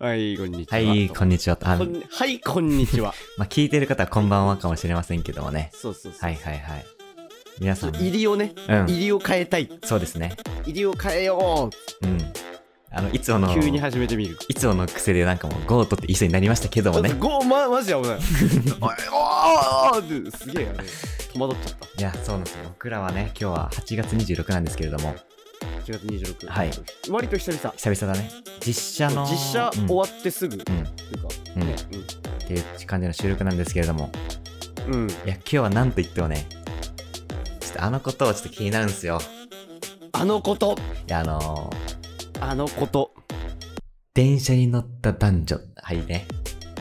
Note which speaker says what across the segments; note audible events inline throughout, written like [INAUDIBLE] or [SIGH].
Speaker 1: はい、こんにちは。
Speaker 2: はい、こんにちは。あ
Speaker 1: こんはい、こんにちは。
Speaker 2: まあ、聞いてる方はこんばんはかもしれませんけどもね。
Speaker 1: そうそうそう。
Speaker 2: はいはいはい。皆さん、
Speaker 1: 入りをね、
Speaker 2: うん、
Speaker 1: 入りを変えたい。
Speaker 2: そうですね。
Speaker 1: 入りを変えよ
Speaker 2: うん。あの、いつも
Speaker 1: う
Speaker 2: の、
Speaker 1: 急に始めてみる。
Speaker 2: いつもの癖でなんかもうゴートって言いそうになりましたけどもね。
Speaker 1: ゴーま、マジや [LAUGHS] 危ない。おいおーってすげえあれ戸惑っちゃった。
Speaker 2: いや、そうなんですよ。僕らはね、今日は8月26なんですけれども、
Speaker 1: 1月26。
Speaker 2: はい。
Speaker 1: 割と久々。
Speaker 2: 久々だね。実写の。
Speaker 1: 実写
Speaker 2: うん
Speaker 1: 終わってすぐ。って
Speaker 2: うん。
Speaker 1: いうか、
Speaker 2: うん
Speaker 1: ね。
Speaker 2: っていう感じの収録なんですけれども、
Speaker 1: うん。うん。
Speaker 2: いや、今日はなんと言ってもね、ちょっとあのことをちょっと気になるんですよ。
Speaker 1: あのこと、
Speaker 2: いや、あのー、
Speaker 1: あのこと。
Speaker 2: 電車に乗った男女。はいね。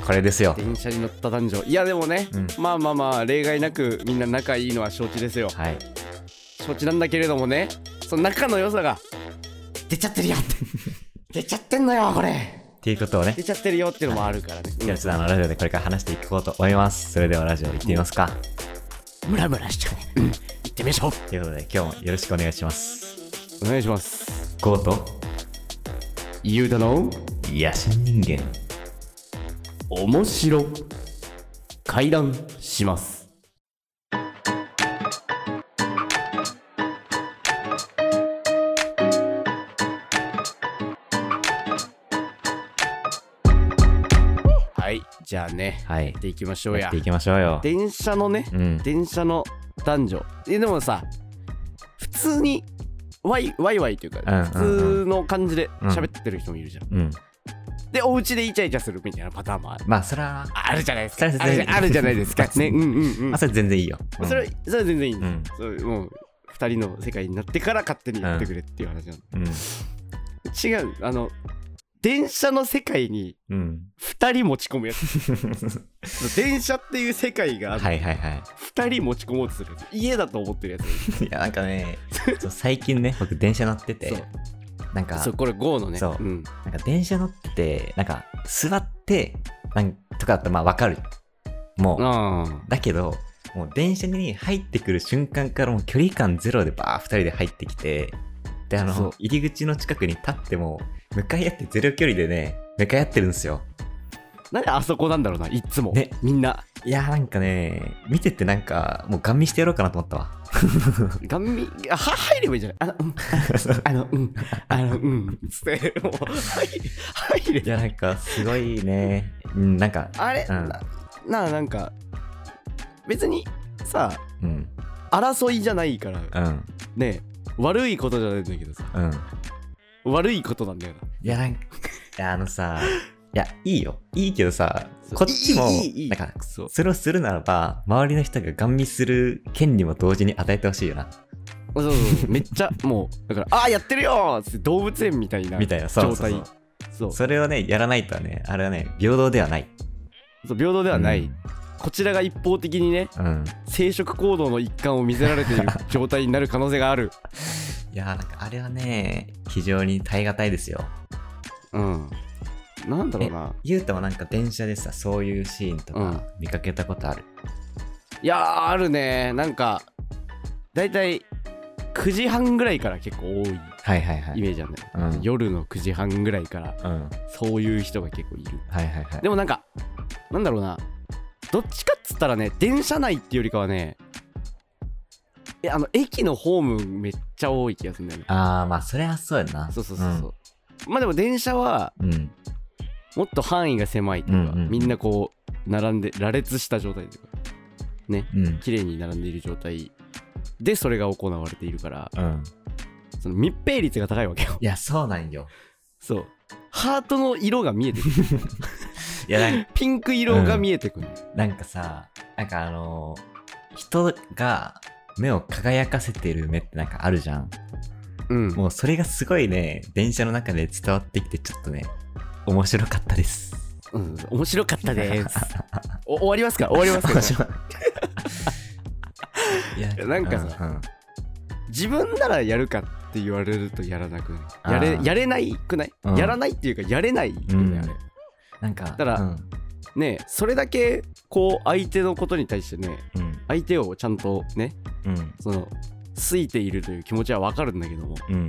Speaker 2: これですよ。
Speaker 1: 電車に乗った男女。いや、でもね、
Speaker 2: うん
Speaker 1: まあまあまあ、例外なくみんな仲いいのは承知ですよ。
Speaker 2: はい。
Speaker 1: 承知なんだけれどもね、その仲の良さが、出ちゃってるよって。 [LAUGHS] 出ちゃってんのよ、これ。
Speaker 2: っていうことをね
Speaker 1: 出、ちゃってるよっていうのもあるからね。
Speaker 2: じゃあちょっとあのラジオでこれから話していこうと思います。それではラジオ行ってみますか。
Speaker 1: ムラムラしちゃう。うん。行ってみましょう。
Speaker 2: ということで今日もよろしくお願いします。
Speaker 1: お願いします。
Speaker 2: ゴート、
Speaker 1: ゆうだの
Speaker 2: 野心人間。
Speaker 1: 面白会談しますはいじゃあね
Speaker 2: はい。
Speaker 1: やっていきましょう
Speaker 2: やっ
Speaker 1: や
Speaker 2: ていきましょうよ。
Speaker 1: 電車のね
Speaker 2: うん。
Speaker 1: 電車の男女えでもさ普通にワイワイワイという
Speaker 2: うんう
Speaker 1: か
Speaker 2: んうん
Speaker 1: 普通の感じで喋ってる人もいるじゃん
Speaker 2: うん。
Speaker 1: でお家でイチャイチャするみたいなパターンもある
Speaker 2: まあ、それは、
Speaker 1: あるじゃないです
Speaker 2: そ
Speaker 1: か
Speaker 2: れ。は
Speaker 1: あるじゃあるじゃないです
Speaker 2: [LAUGHS]
Speaker 1: か。ね、うんうんう
Speaker 2: まあ、
Speaker 1: ん。
Speaker 2: それ全然いいよ。うん
Speaker 1: それは、それは全然いいん
Speaker 2: う
Speaker 1: だ。
Speaker 2: ん。
Speaker 1: そうもう、二人の世界になってから勝手にやってくれっていう話な
Speaker 2: うん。
Speaker 1: の。違う、あの、電車の世界に
Speaker 2: うん。
Speaker 1: 二人持ち込むや
Speaker 2: [LAUGHS]
Speaker 1: つ。電車っていう世界が
Speaker 2: はいはいはい。
Speaker 1: 二人持ち込もうとする。家だと思ってるやつ。
Speaker 2: [LAUGHS] いや、なんかね、 [LAUGHS] そう最近ね、僕電車乗ってて
Speaker 1: そう、
Speaker 2: なんか、
Speaker 1: そう、これ GO のね。。
Speaker 2: そうんなんか電車乗ってて、なんか座って、なんとかだったらまあわかる。もう、
Speaker 1: ああ。
Speaker 2: だけど、もう電車に入ってくる瞬間からもう距離感ゼロでバー二人で入ってきて、で、あ
Speaker 1: そう
Speaker 2: の、入り口の近くに立っても、向かい合ってゼロ距離でね、向かい合ってるんですよ。
Speaker 1: なんであそこなんだろうな、いっつも。
Speaker 2: ね
Speaker 1: みんな。
Speaker 2: いやーなんかね、見ててなんか、もうガン見してやろうかなと思ったわ。
Speaker 1: ガンミ、は、入ればいいじゃないあの、うん。あの、うん。あ
Speaker 2: [LAUGHS]
Speaker 1: の、うん。つって、もう、入れ、入れ
Speaker 2: いや、なんか、すごいね。うん、なんか、
Speaker 1: あれ、
Speaker 2: うん
Speaker 1: ななあなんか別にさ
Speaker 2: うん、
Speaker 1: 争いじゃないから
Speaker 2: うん、
Speaker 1: ね悪いことじゃないんだけどさ
Speaker 2: うん。
Speaker 1: 悪いことなんだよ
Speaker 2: いや、なんか、いやあのさ、いや、いいよ。いいけどさ、こっちも、
Speaker 1: いいいいいい
Speaker 2: なんか、
Speaker 1: なそう
Speaker 2: それをするならば、周りの人がガン見する権利も同時に与えてほしいよな。
Speaker 1: そうそうそうめっちゃもうだから「ああやってるよ!」っつって動物園みたいな
Speaker 2: みたいな、そう
Speaker 1: 状
Speaker 2: そう
Speaker 1: 態
Speaker 2: そう。
Speaker 1: そう
Speaker 2: それをね、やらないとはね、あれはね、平等ではない。
Speaker 1: そう平等で
Speaker 2: で
Speaker 1: はない、。こちらが一方的にね
Speaker 2: うん。
Speaker 1: 生殖行動の一環を見せられている状態になる可能性が
Speaker 2: [LAUGHS]
Speaker 1: ある
Speaker 2: いやー、なんかあれはね、非常に耐え難いですよ。
Speaker 1: うんなんだろうな
Speaker 2: ゆうたはなんか電車でさ、そういうシーンと
Speaker 1: う
Speaker 2: か見かけたことある。
Speaker 1: いやーあるねなんかだいたい9時半ぐらいから結構多い
Speaker 2: はいはいは
Speaker 1: イ
Speaker 2: い。
Speaker 1: メージなんだよ、
Speaker 2: うん。
Speaker 1: 夜の9時半ぐらいから
Speaker 2: うん。はい
Speaker 1: そういう人が結構いる
Speaker 2: はいはい。
Speaker 1: でもなんかなんだろうなどっちかっつったらね電車内っていうよりかはねえあの駅のホームめっちゃ多い気がするんだよね
Speaker 2: あー、まあ、それはそうやな。
Speaker 1: そうそうそうそう、まあでも電車は
Speaker 2: うん。うん。
Speaker 1: もっと範囲が狭いというか、
Speaker 2: うんうんうん
Speaker 1: みんなこう並んで羅列した状態というか
Speaker 2: うん。
Speaker 1: 綺麗に並んでいる状態でそれが行われているから
Speaker 2: うん。
Speaker 1: その密閉率が高いわけよ [LAUGHS]
Speaker 2: いや、そうなんよ。
Speaker 1: そうハートの色が見えてくる
Speaker 2: いや、なんか
Speaker 1: ピンク色が見えてくる、
Speaker 2: なんかさ、なんかあのー人が目を輝かせてる目ってなんかあるじゃん。
Speaker 1: うん
Speaker 2: もうそれがすごいね、電車の中で伝わってきてちょっとね、面白かったです。
Speaker 1: うん、面白かった
Speaker 2: [LAUGHS]
Speaker 1: です。お終わりますか終わりますか、
Speaker 2: 面白い。 [LAUGHS] いや
Speaker 1: なんかさ、自分ならやるかって言われるとやらなくないや
Speaker 2: あ
Speaker 1: れ
Speaker 2: ー
Speaker 1: やれないくない、
Speaker 2: うん
Speaker 1: やらないっていうかやれないよね、
Speaker 2: うん
Speaker 1: あれ
Speaker 2: うんなんか、
Speaker 1: ただ
Speaker 2: うん、
Speaker 1: ねえそれだけこう相手のことに対してね
Speaker 2: うん、
Speaker 1: 相手をちゃんとね
Speaker 2: うん、
Speaker 1: その好いているという気持ちはわかるんだけども
Speaker 2: うん。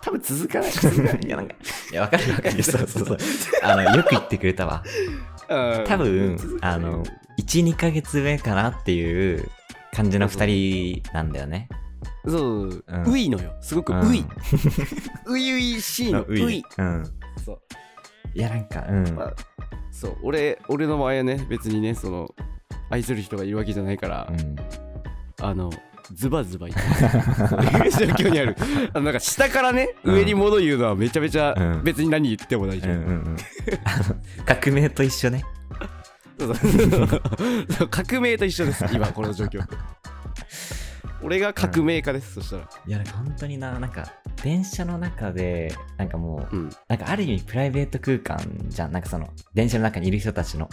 Speaker 1: 多分続かない。続か [LAUGHS] ない
Speaker 2: いや、なんか、いや、わかるわかる。そうそうそう。
Speaker 1: う
Speaker 2: あの、よく言ってくれたわ。
Speaker 1: ん
Speaker 2: 多分
Speaker 1: 続、か
Speaker 2: あ
Speaker 1: ない
Speaker 2: の、1、2ヶ月目かなっていう感じの2人なんだよね。
Speaker 1: そう、う
Speaker 2: うん
Speaker 1: いのよ。すごく
Speaker 2: うん
Speaker 1: うい。ういういしいの。う
Speaker 2: うい
Speaker 1: い。
Speaker 2: うん。
Speaker 1: そう。
Speaker 2: いや、なんか、うん。
Speaker 1: まあそう、俺、俺の場合はね、別にね、その、愛する人がいるわけじゃないから
Speaker 2: う、ん、
Speaker 1: あの、ズバズバ言ってる状況
Speaker 2: [LAUGHS]
Speaker 1: にある。あの、なんか下からね、
Speaker 2: うん
Speaker 1: 上に物言うのはめちゃめちゃ
Speaker 2: うん
Speaker 1: 別に何言っても大
Speaker 2: う
Speaker 1: 丈
Speaker 2: ん、うんうん。あの [LAUGHS] 革命と一緒ね。
Speaker 1: 夫。そう [LAUGHS] そう革命と一緒です、今、この状
Speaker 2: [LAUGHS]
Speaker 1: 況。俺が革命家です、そしたら。
Speaker 2: いや、なんか本当にな、なんか、電車の中で、なんかもう、
Speaker 1: うん。
Speaker 2: なんかある意味プライベート空間じゃん。なんかその、電車の中にいる人たちの。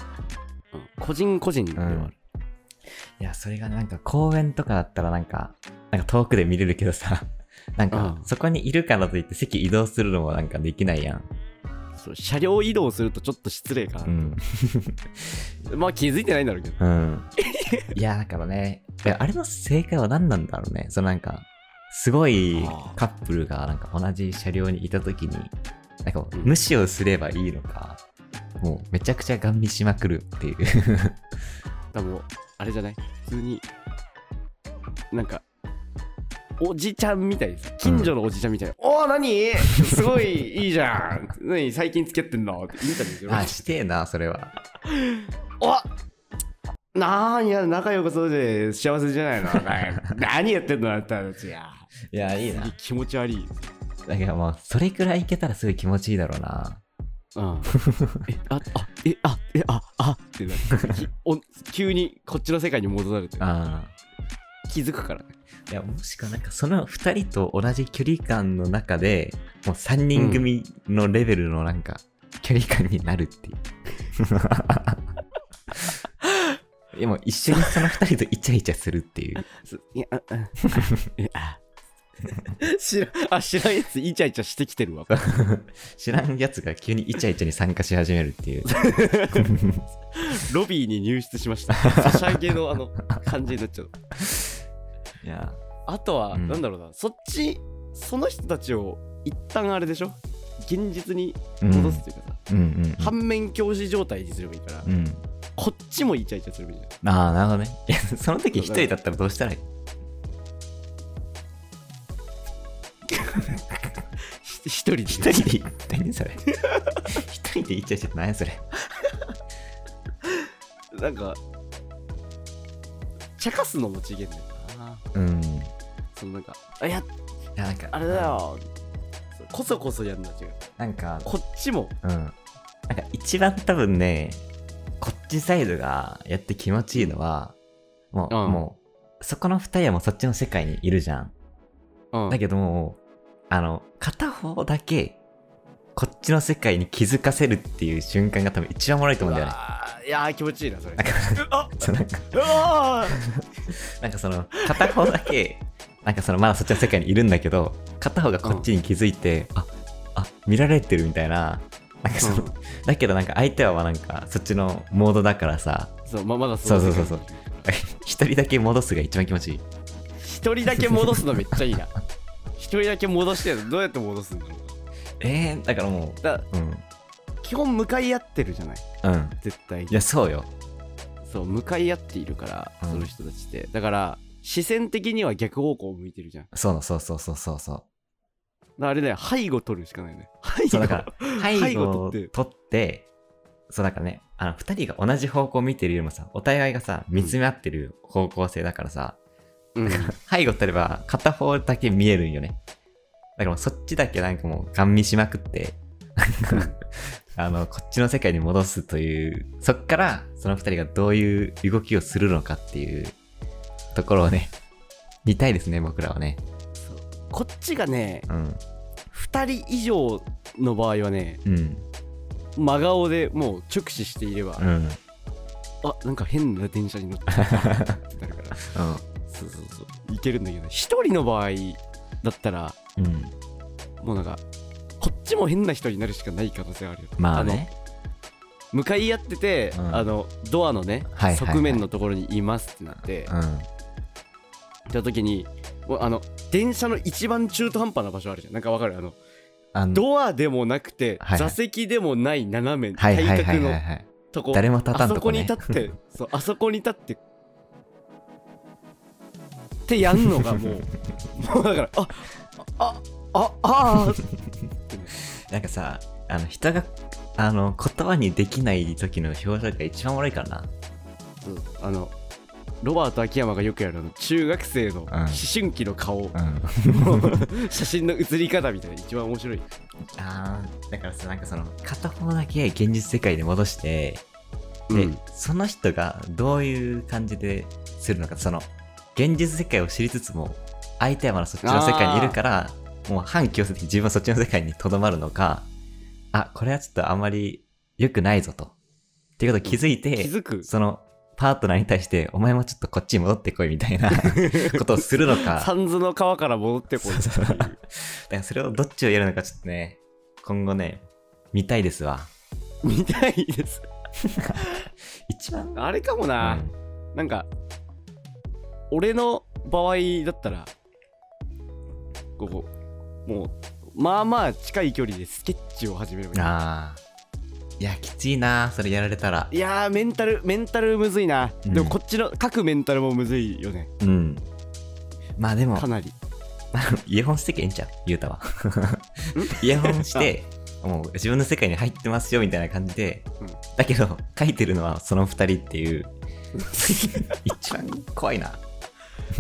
Speaker 1: 個人個人ではある。
Speaker 2: いや、それがなんか公園とかだったらなんか、なんか遠くで見れるけどさ、 [LAUGHS] なんか
Speaker 1: うん
Speaker 2: そこにいるからといって席移動するのもなんかできないやん。
Speaker 1: そう車両移動するとちょっと失礼か
Speaker 2: う
Speaker 1: な、
Speaker 2: ん。
Speaker 1: まあ気づいてないんだろうけど
Speaker 2: うん。 [LAUGHS] いや、だからね、いやあれの正解は何なんだろうね。そのなんか、すごい
Speaker 1: あー
Speaker 2: カップルがなんか同じ車両にいた時に、なんかもう
Speaker 1: うん
Speaker 2: 無視をすればいいのか、もうめちゃくちゃガン見しまくるって [LAUGHS] いう。
Speaker 1: 多分あれじゃない普通になんかおじちゃんみたいです近所のおじちゃんみたいな「おお何すごいいいじゃん [LAUGHS] 何最近付き合ってんの?」ってインタビューする
Speaker 2: あ、してえな、それは。
Speaker 1: おなんや仲良くそうで幸せじゃないのな何やってんのあんたたちや
Speaker 2: いや、いいな。
Speaker 1: 気持ち悪い
Speaker 2: だけどもう、それくらいいけたらすごい気持ちいいだろうな。
Speaker 1: うん、えああえあえああってな [LAUGHS] るきお急にこっちの世界に戻されて
Speaker 2: ああ。
Speaker 1: 気づくからね
Speaker 2: いや、もしくはなんかその2人と同じ距離感の中で、もう3人組のレベルのなんか、距離感になるって [LAUGHS] いう。いや、もう一緒にその2人とイチャイチャするっていう。
Speaker 1: すいや、ああいやあ [LAUGHS] 知らあ知らんやつイチャイチャしてきて [LAUGHS] るわ
Speaker 2: 知らんやつが急にイチャイチャに参加し始めるっていう。
Speaker 1: ロビーに入室しました差し上げのあの感じになっちゃう
Speaker 2: [LAUGHS] いや、
Speaker 1: あとは、
Speaker 2: うん
Speaker 1: なんだろうなそっちその人たちを一旦あれでしょ現実に
Speaker 2: うん、うん
Speaker 1: 戻すというかさ、
Speaker 2: うん
Speaker 1: 反面教師状態にすればいいから、
Speaker 2: うん。うん。
Speaker 1: こっちもイチャイチャすればいいじゃん
Speaker 2: ああ、なるほどね。いや、その時一人だったらどうしたらいい
Speaker 1: ひ一人で
Speaker 2: 一人で、何 [LAUGHS] それ。一人でイチャイチャって何やそれ。
Speaker 1: なんか、茶化すのもちげんだよな。
Speaker 2: うん。い
Speaker 1: そのなんか、あ、いや、
Speaker 2: や、なんか、
Speaker 1: あれだよ。こそこそやんの違う。
Speaker 2: なんか、
Speaker 1: こっちも、
Speaker 2: うん。なんか一番多分ね、こっちサイドがやって気持ちいいのは、もう、
Speaker 1: うん
Speaker 2: もう、そこの二人はもうそっちの世界にいるじゃん。
Speaker 1: うん
Speaker 2: だけどもう、あの、片方だけ、こっちの世界に気づかせるっていう瞬間が多分一番おもろいと思うんだよね。
Speaker 1: あーいやー気持ちいいな、それ。
Speaker 2: なんか
Speaker 1: うわ
Speaker 2: そうなんか、
Speaker 1: [LAUGHS] うわ
Speaker 2: なんかその、片方
Speaker 1: [LAUGHS]
Speaker 2: だけ、なんかその、まだそっちの世界にいるんだけど、片方がこっちに気づいて、あ、あ、見られてるみたいな、なんかその、
Speaker 1: うん
Speaker 2: だけどなんか相手はなんかそっちのモードだからさ、
Speaker 1: そう、ままだ
Speaker 2: そう
Speaker 1: の
Speaker 2: そう
Speaker 1: 世
Speaker 2: そう
Speaker 1: 界
Speaker 2: そう。一人だけ戻すが一番気持ちいい。
Speaker 1: 一人だけ戻すのめっちゃいいな。一人だけ戻してるどうやって戻すんだろう
Speaker 2: えー、だからも
Speaker 1: な。だ
Speaker 2: う、うん。
Speaker 1: 基本向かい合ってるじゃない
Speaker 2: うん。
Speaker 1: 絶対に
Speaker 2: いや、そうよ。
Speaker 1: そう向かい合っているから、
Speaker 2: うん
Speaker 1: その人たちってだから視線的には逆方向を向いてるじゃん
Speaker 2: そうそうそうそうそうそ
Speaker 1: だからあれだよ背後取るしかないね背
Speaker 2: う。そうだから、
Speaker 1: 背後
Speaker 2: [LAUGHS] 背後を
Speaker 1: 取
Speaker 2: 取
Speaker 1: って
Speaker 2: って、そうだからね、あの、二人が同じ方向を見てるよりもさ、お互いがさ、見つめ合ってる方向性だからさ、
Speaker 1: うん、
Speaker 2: 背後取れば片方だけ見えるんよね。だからもうそっちだけなんかもう、ガン見しまくって、なんか [LAUGHS] あの、こっちの世界に戻すという、そっから、その二人がどういう動きをするのかっていうところをね、見たいですね、僕らはね。
Speaker 1: そうこっちがね
Speaker 2: うん。
Speaker 1: 2人以上の場合はね
Speaker 2: うん。
Speaker 1: 真顔でもう直視していれば、
Speaker 2: [LAUGHS] うん。
Speaker 1: あなんか変な電車に乗っ
Speaker 2: [LAUGHS]
Speaker 1: てるってなるからそうそうそういけるんだけど1人の場合だったら
Speaker 2: うん。うん。
Speaker 1: もうなんかこっちも変な人になるしかない可能性あるよ
Speaker 2: まあね。
Speaker 1: の向かい合ってて、
Speaker 2: うん
Speaker 1: あのドアのね、
Speaker 2: はいはいはい
Speaker 1: 側面のところにいますってなって、
Speaker 2: うん。
Speaker 1: った時におあの電車の一番中途半端な場所あるじゃんなんかわかるあの
Speaker 2: あの
Speaker 1: ドアでもなくて、
Speaker 2: はいは
Speaker 1: 座
Speaker 2: い
Speaker 1: 席でもない斜め
Speaker 2: はいはい
Speaker 1: 対
Speaker 2: はい
Speaker 1: 角
Speaker 2: はい、は
Speaker 1: の
Speaker 2: い。
Speaker 1: とこ
Speaker 2: 誰も立た
Speaker 1: あ
Speaker 2: ん
Speaker 1: そ
Speaker 2: と
Speaker 1: こ
Speaker 2: こ、
Speaker 1: に
Speaker 2: ね。
Speaker 1: 立って、そう、あそこに立って。ってやんのがもう、
Speaker 2: [LAUGHS]
Speaker 1: もうだから、あ、あ、あ、あ、あ、
Speaker 2: なんかさ、あの人があの言葉にできない時の表情が一番おもろいからな。
Speaker 1: そうあの、ロバート秋山がよくやるあの中学生の思春期の顔、
Speaker 2: うん。
Speaker 1: 写真の写り方みたいな一番面白い。
Speaker 2: あーだからさなんかその片方だけ現実世界に戻して、
Speaker 1: う
Speaker 2: で
Speaker 1: ん
Speaker 2: その人がどういう感じでするのかその現実世界を知りつつも相手はまだそっちの世界にいるからもう反強制的に自分はそっちの世界にとどまるのかあこれはちょっとあんまり良くないぞとっていうことを気づい
Speaker 1: 気
Speaker 2: て、
Speaker 1: づく。
Speaker 2: そのパートナーに対してお前もちょっとこっちに戻ってこいみた
Speaker 1: [LAUGHS]
Speaker 2: いなことをするのか
Speaker 1: サンズの川から戻ってこいって
Speaker 2: そ
Speaker 1: いうう
Speaker 2: そう [LAUGHS] だからそれをどっちをやるのかちょっとね、今後ね、見たいですわ。
Speaker 1: みたいです。
Speaker 2: 一番、
Speaker 1: あれかも
Speaker 2: う
Speaker 1: な。
Speaker 2: ん
Speaker 1: なんか俺の場合だったらここもうまあまあ近い距離でスケッチを始めればい
Speaker 2: ああ。いや、きついな、それやられたら
Speaker 1: い。い。やーメンタルメンタルむずいな、
Speaker 2: うん
Speaker 1: でもこっちの各メンタルもむずいよね
Speaker 2: うん。まあでも
Speaker 1: か、なり
Speaker 2: [LAUGHS] イヤホンしてけばいいんちゃうゆうたは。イヤホンして、
Speaker 1: [LAUGHS]
Speaker 2: もう自分の世界に入ってますよみたいな感じで、
Speaker 1: うん
Speaker 2: だけど、書いてるのはその二人っていう。 [LAUGHS] 一番怖いな。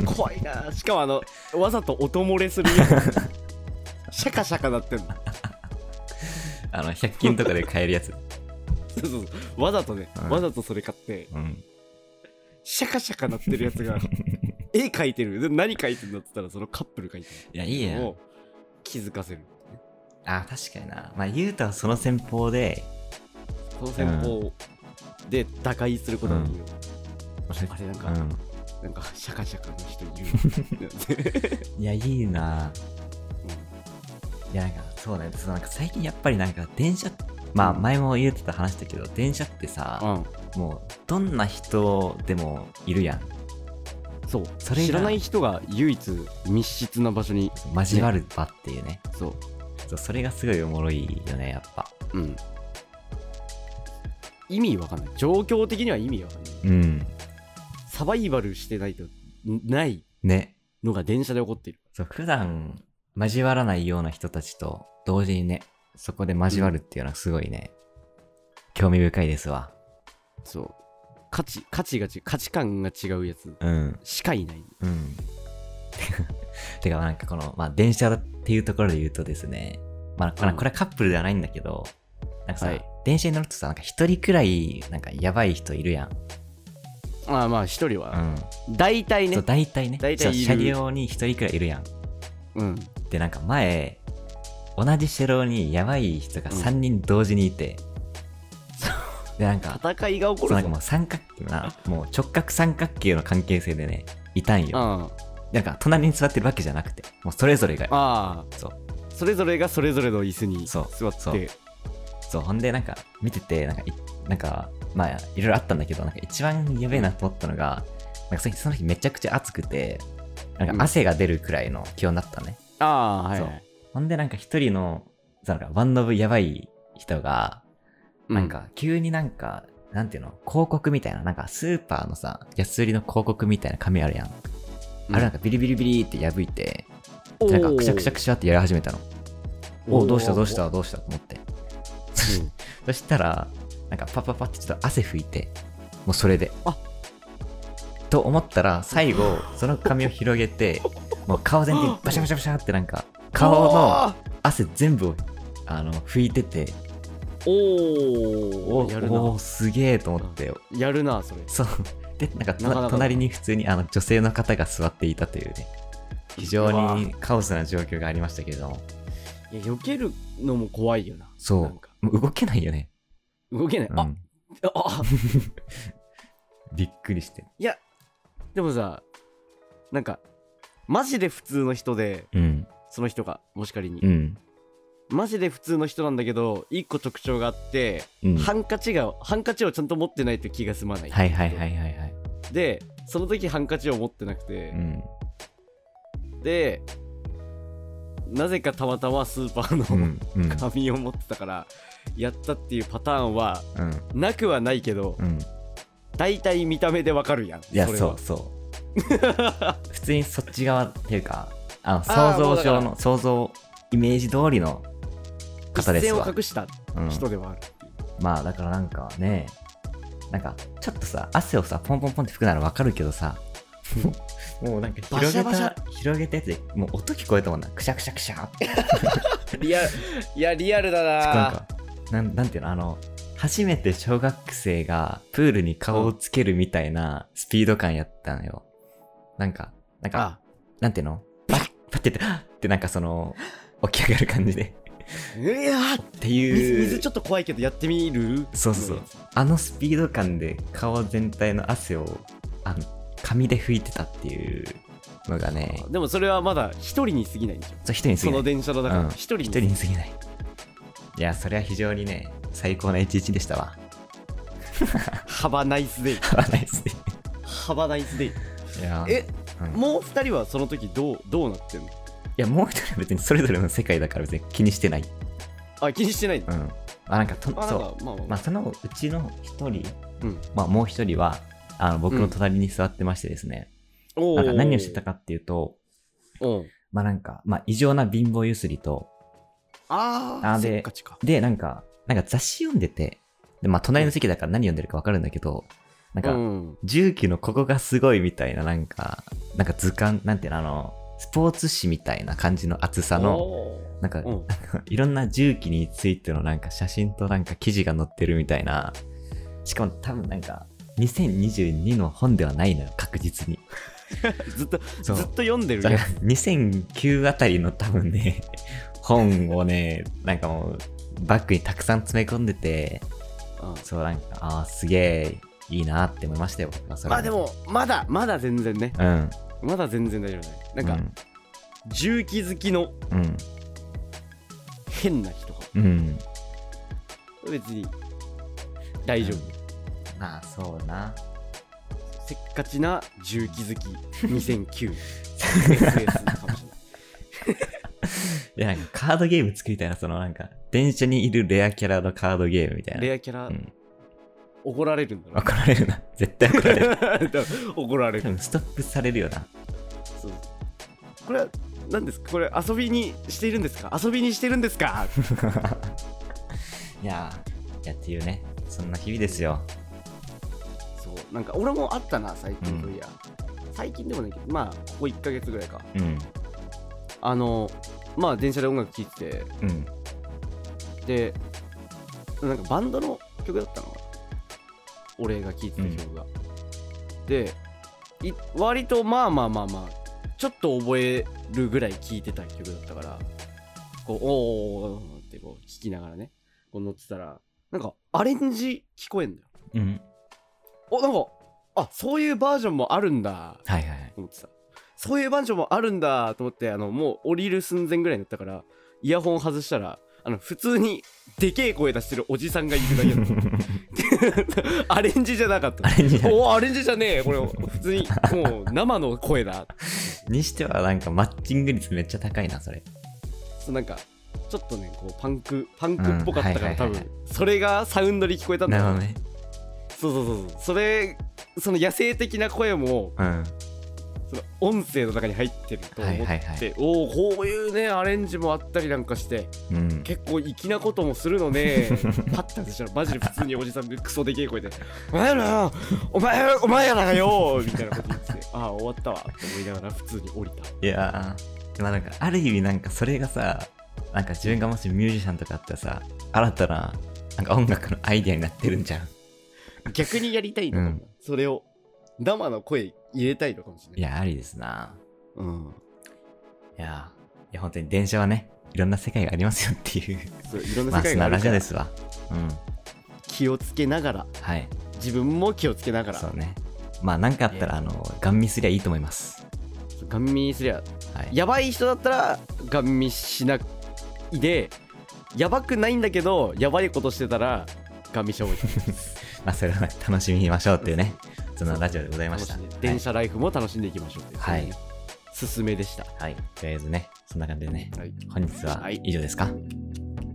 Speaker 1: 怖いなしかもあのわざと音漏れする
Speaker 2: [LAUGHS]
Speaker 1: やつシャカシャカなってんの
Speaker 2: あの、100均とかで買えるやつ。
Speaker 1: そうそうそうわざとね、
Speaker 2: うん
Speaker 1: わざとそれ買って
Speaker 2: うん。
Speaker 1: シャカシャカなってるやつ
Speaker 2: [LAUGHS]
Speaker 1: が絵描いてるで何描いてるのって言ったらそのカップル描いて
Speaker 2: いや、いい
Speaker 1: る
Speaker 2: やん
Speaker 1: の。を気づかせる
Speaker 2: あー確かにな。まあ、ゆうたはその戦法で、
Speaker 1: その戦法で打開することによる、あれなんか
Speaker 2: う
Speaker 1: なんかシャカシャカの人い
Speaker 2: [LAUGHS]
Speaker 1: る
Speaker 2: ん、いや、いいな。いや、なんか、そうね。そのなんか最近やっぱりなんか電車、まあ、
Speaker 1: うん
Speaker 2: 前も言うてた話だけど、電車ってさ、
Speaker 1: うん、
Speaker 2: もう、どんな人でもいるやん。
Speaker 1: そう
Speaker 2: それが
Speaker 1: 知らない人が唯一密室な場所に
Speaker 2: 交わる場っていうね。
Speaker 1: そ
Speaker 2: そうそれがすごいおもろいよね、やっぱ。
Speaker 1: ううん意味わかんない状況的には意味わかんない
Speaker 2: うん。
Speaker 1: サバイバルしてないとない
Speaker 2: ね。
Speaker 1: のが電車で起こってる
Speaker 2: そう、普段、交わらないような人たちと、同時にね、そこで交わるっていうのはすごいね、興味深いですわ。
Speaker 1: そう価値価値が違う価値観が違うやつ
Speaker 2: うん。
Speaker 1: しかいない
Speaker 2: うん。てか、なんかこの、まあ、電車っていうところで言うとですね、まあ、まあ
Speaker 1: うん
Speaker 2: これはカップルではないんだけど、なんかさ、
Speaker 1: はい
Speaker 2: 電車に乗るとさ、なんか一人くらい、なんかやばい人いるやん。
Speaker 1: まあまあ一人
Speaker 2: う
Speaker 1: は、
Speaker 2: ん。
Speaker 1: 大体
Speaker 2: そ
Speaker 1: ね
Speaker 2: う、大体ね、
Speaker 1: 大体いる
Speaker 2: そう車両に一人くらいいるやん。
Speaker 1: うん
Speaker 2: で、なんか前、同じ車両にやばい人が3人同時にいて、で、なんか、
Speaker 1: 戦いが起
Speaker 2: そ
Speaker 1: こ
Speaker 2: う
Speaker 1: る
Speaker 2: なん
Speaker 1: ぞ
Speaker 2: かもう三角形な、
Speaker 1: [LAUGHS]
Speaker 2: もう直角三角形の関係性でね、いたん
Speaker 1: うん
Speaker 2: よ。
Speaker 1: あ
Speaker 2: なんか隣に座ってるわけじゃなくて、もうそれぞれが
Speaker 1: あ
Speaker 2: そう
Speaker 1: それぞれがそれぞれの椅子に座
Speaker 2: そうそ
Speaker 1: っ
Speaker 2: う
Speaker 1: て
Speaker 2: そう、ほんで、なんか、見てて、なんかい、なんか、まあ、いろいろあったんだけど、なんか、一番やべえなと思ったのが、なんかその日、その日めちゃくちゃ暑くて、なん
Speaker 1: うん
Speaker 2: か、汗が出るくらいの気温だったのね。
Speaker 1: ああはい
Speaker 2: そ
Speaker 1: は
Speaker 2: う
Speaker 1: い、
Speaker 2: ほんで、なんか、一人の、そのなんか、ワンノブやばい人が、
Speaker 1: うん
Speaker 2: なんか、急になんか、なんていうの、広告みたいな、なんか、スーパーのさ、安売りの広告みたいな紙あるやん。あれなんか、ビリビリビリって破いて、
Speaker 1: おー
Speaker 2: なんか、くしゃくしゃくしゃってやり始めたの。おお、どうしたどうしたどうしたと思って。
Speaker 1: うん
Speaker 2: そしたら、なんかパパパってちょっと汗拭いて、もうそれで。
Speaker 1: あ
Speaker 2: と思ったら、最後、その髪を広げ
Speaker 1: [LAUGHS]
Speaker 2: て、もう顔全体にバシャバシャバシャってなんか、 [LAUGHS] 顔の汗全部を、あの、拭いてて、
Speaker 1: おー
Speaker 2: お
Speaker 1: おーやるな
Speaker 2: おーすげえと思って、
Speaker 1: やるなそれ
Speaker 2: そう。で、なんかと
Speaker 1: なかなかだ
Speaker 2: 隣に普通にあの女性の方が座っていたというね、非常にカオスな状況がありましたけれども、
Speaker 1: いや避けるのも怖いよな
Speaker 2: そう
Speaker 1: なんか
Speaker 2: もう動けないよね。
Speaker 1: 動けない、
Speaker 2: う
Speaker 1: あ
Speaker 2: ん、
Speaker 1: あ
Speaker 2: びっくりして。
Speaker 1: いやでもさなんかマジで普通の人で
Speaker 2: うん。
Speaker 1: その人がもし仮に、
Speaker 2: うん。
Speaker 1: マジで普通の人なんだけど一個特徴があって、
Speaker 2: うん。
Speaker 1: ハンカチがハンカチをちゃんと持ってないと気が済まない
Speaker 2: はいはいはいはいはい。
Speaker 1: でその時ハンカチを持ってなくて
Speaker 2: う、ん。
Speaker 1: でなぜかたまたまスーパー
Speaker 2: う
Speaker 1: の
Speaker 2: んうん
Speaker 1: 紙を持ってたからやったっていうパターンは
Speaker 2: うん
Speaker 1: なくはないけど
Speaker 2: うん
Speaker 1: 大体見た目でわかるやん
Speaker 2: いや
Speaker 1: そ
Speaker 2: そ
Speaker 1: れは
Speaker 2: うそう [LAUGHS] 普通にそっち側っていうかあの
Speaker 1: あー
Speaker 2: 想像上
Speaker 1: もうだ
Speaker 2: の想像イメージ通りの方
Speaker 1: 一
Speaker 2: です
Speaker 1: 線を
Speaker 2: わ、
Speaker 1: 隠した
Speaker 2: うん、
Speaker 1: 人ではある、
Speaker 2: まあだからなんかねなんかちょっとさ汗をさポンポンポンって拭くならわかるけどさもうなんか広げた
Speaker 1: バシャバ
Speaker 2: 広げたやつでもう音聞こえたもんなクシャクシャクシャって
Speaker 1: リアルいやリアルだ
Speaker 2: なん
Speaker 1: な
Speaker 2: かなんなんていうのあの初めて小学生がプールに顔をつけるみたいなスピード感やったのよなんかなん
Speaker 1: あ
Speaker 2: かなんていうのバッバッてやってはっってなんかその起き上がる感じで
Speaker 1: いやー
Speaker 2: っていう
Speaker 1: 水水ちょっと怖いけどやってみる
Speaker 2: そうそうそうあのスピード感で顔全体の汗をあの紙で拭いてたっていうのがね
Speaker 1: でもそれはまだ一人に過ぎないんでしょ
Speaker 2: そう一人にす
Speaker 1: そ
Speaker 2: ぎな
Speaker 1: の
Speaker 2: い
Speaker 1: 電車の中
Speaker 2: うん
Speaker 1: で一人に
Speaker 2: 一人にすぎないいやそれは非常にね最高な一日でしたわ [LAUGHS]
Speaker 1: 幅ナイスデイ
Speaker 2: ハバナイスで
Speaker 1: 幅ナイスデイ
Speaker 2: いや
Speaker 1: え
Speaker 2: うん
Speaker 1: もう二人はその時どうどうなってんの
Speaker 2: いやもう一人は別にそれぞれの世界だから別に気にしてない。
Speaker 1: あ気にしてないの
Speaker 2: うん。まあなんかと
Speaker 1: あなん
Speaker 2: そ
Speaker 1: かまあまあま
Speaker 2: う。まあ
Speaker 1: あ
Speaker 2: そのうちの一人、
Speaker 1: うん
Speaker 2: まあもう一人はあの僕の隣に座ってましてですね、
Speaker 1: お
Speaker 2: なん
Speaker 1: ー
Speaker 2: か何をしてたかっていうと、
Speaker 1: うん
Speaker 2: まあなんか、まあ異常な貧乏ゆすりと、
Speaker 1: あ
Speaker 2: あ
Speaker 1: あ
Speaker 2: で
Speaker 1: せっかちか
Speaker 2: でなんか、なんか雑誌読んでて、でまあ隣の席だから何読んでるかわかるんだけど、なん
Speaker 1: う
Speaker 2: か、
Speaker 1: ん
Speaker 2: 重機のここがすごいみたいな、なんか、なんか図鑑、なんていうの、あの、スポーツ紙みたいな感じの厚さの、
Speaker 1: お
Speaker 2: なんか
Speaker 1: ーうん
Speaker 2: いろんな重機についてのなんか写真となんか記事が載ってるみたいな。しかも多分なんか2022の本ではないのよ、確実に。
Speaker 1: [LAUGHS] ずっとず
Speaker 2: そ
Speaker 1: っ
Speaker 2: う
Speaker 1: と読んでる
Speaker 2: だ
Speaker 1: や
Speaker 2: か
Speaker 1: ん
Speaker 2: ら2009あたりの多分ね、本をね、なんかもうバッグにたくさん詰め込んでて、
Speaker 1: うん
Speaker 2: そうなんか、ああ、すげえいいなって思いましたよ、僕はそれ
Speaker 1: ま
Speaker 2: は
Speaker 1: あで、もまだまだ全然ね
Speaker 2: うん。
Speaker 1: まだ全然大丈夫だねなん
Speaker 2: う
Speaker 1: か
Speaker 2: ん
Speaker 1: 重機好きの
Speaker 2: うん。
Speaker 1: 変な人が
Speaker 2: うん。
Speaker 1: 別に大丈夫
Speaker 2: まあそうな。
Speaker 1: せっかちな重機好き2009
Speaker 2: [LAUGHS]
Speaker 1: SS かもしれない
Speaker 2: いや、なんかカードゲーム作りたいな、そのなんか、電車にいるレアキャラのカードゲームみたいな。
Speaker 1: レアキャラ、
Speaker 2: うん
Speaker 1: 怒られるんだろ
Speaker 2: 怒られるな。 [LAUGHS] 絶対怒られる。
Speaker 1: う [LAUGHS] 怒られ
Speaker 2: 多
Speaker 1: る
Speaker 2: 分ストップされるよな。
Speaker 1: そうこれは何ですかこれ遊びにしているんですか遊びにしてるんですか
Speaker 2: いやー、いやっていうね。そんな日々ですよ。
Speaker 1: そうなんか俺もあったな最近
Speaker 2: うん
Speaker 1: そういや、最近でもないけどまあここ1ヶ月ぐらいか
Speaker 2: うん。
Speaker 1: あのまあ電車で音楽聴いて
Speaker 2: うん。
Speaker 1: てでなんかバンドの曲だったのかな俺が聴いてた曲が、でい割とまあまあまあまあちょっと覚えるぐらい聴いてた曲だったからこうおーおーおーおーってこう聴きながらねこう乗ってたらなんかアレンジ聞こえんだよ
Speaker 2: うん。
Speaker 1: おなんかあそういうバージョンもあるんだ
Speaker 2: はいはい [LAUGHS] はい。
Speaker 1: と思ってたそういうバージョンもあるんだと思ってあのもう降りる寸前ぐらいになったからイヤホン外したらあの普通にでけえ声出してるおじさんがいるだけだった
Speaker 2: [LAUGHS]
Speaker 1: アレンジじゃなかった
Speaker 2: アレンジじゃない
Speaker 1: おアレンジじゃねえこれ普通にもう生の声だ
Speaker 2: にしてはなんかマッチング率めっちゃ高いな、それ。
Speaker 1: そうなんかちょっとねこうパンクパンクっぽかったから、
Speaker 2: うんはいはいはい
Speaker 1: 多分それがサウンドに聞こえたんだ
Speaker 2: な
Speaker 1: ろ
Speaker 2: るほ
Speaker 1: う
Speaker 2: どね。
Speaker 1: そうそうそうそうそれその野生的な声も
Speaker 2: うん。
Speaker 1: その音声の中に入ってると思って、
Speaker 2: はいはいはい
Speaker 1: おおこういうねアレンジもあったりなんかして
Speaker 2: うん。
Speaker 1: 結構粋なこともするの
Speaker 2: [LAUGHS]
Speaker 1: ねパッて外したらマジで普通におじさんがクソでけえ声で「お前らよお前お前らがよ!」みたいなこと言ってて「ああ終わったわ」って思いながら普通に降りた
Speaker 2: いやー、まあなんか、ある意味なんかそれがさ、なんか自分がもしミュージシャンとかあったらさ、新たな、なんか音楽のアイデアになってるんじゃん。
Speaker 1: 逆にやりたいのかもな、
Speaker 2: うん
Speaker 1: それを生の声入れたいのかもしれない
Speaker 2: いや、ありですな。
Speaker 1: うん、
Speaker 2: いやー、いや本当に電車はね、いろんな世界がありますよっていう。
Speaker 1: そういろん
Speaker 2: ま
Speaker 1: な
Speaker 2: あ、
Speaker 1: 世界
Speaker 2: そん
Speaker 1: があ
Speaker 2: な
Speaker 1: る
Speaker 2: ラジ
Speaker 1: か
Speaker 2: オ
Speaker 1: ら
Speaker 2: ですわ。うん。
Speaker 1: 気をつけながら
Speaker 2: はい。
Speaker 1: 自分も気をつけなが
Speaker 2: そ
Speaker 1: ら
Speaker 2: うね。まあ、なんかあったら、あの、ガン見すりゃいいと思います。
Speaker 1: ガン見すりゃ
Speaker 2: はい。
Speaker 1: やばい人だったらガン見しないでやばくないんだけどやばいことしてたらガン見しよう
Speaker 2: まあ、それは楽しみにしましょうっていうね、そんなラジオでございました。
Speaker 1: 楽しんで電車ライフも楽しんでいきましょうという
Speaker 2: はい。
Speaker 1: すすめでした。
Speaker 2: はい。とりあえずね、そんな感じでね、
Speaker 1: はい、
Speaker 2: 本日は
Speaker 1: はい
Speaker 2: 以上ですか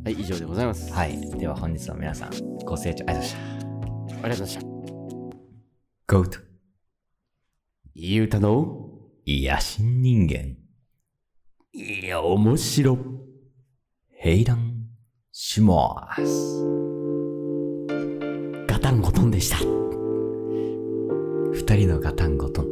Speaker 1: はい、以上でございます。
Speaker 2: はい。では本日の皆さん、ご清聴ありがとうございました。
Speaker 1: ありがとうございました。
Speaker 2: ゴート、
Speaker 1: いい歌の、
Speaker 2: 野心人間、
Speaker 1: いや、面白。
Speaker 2: 平乱します。
Speaker 1: ガタンゴトンでした。
Speaker 2: 二人のガタンゴトン。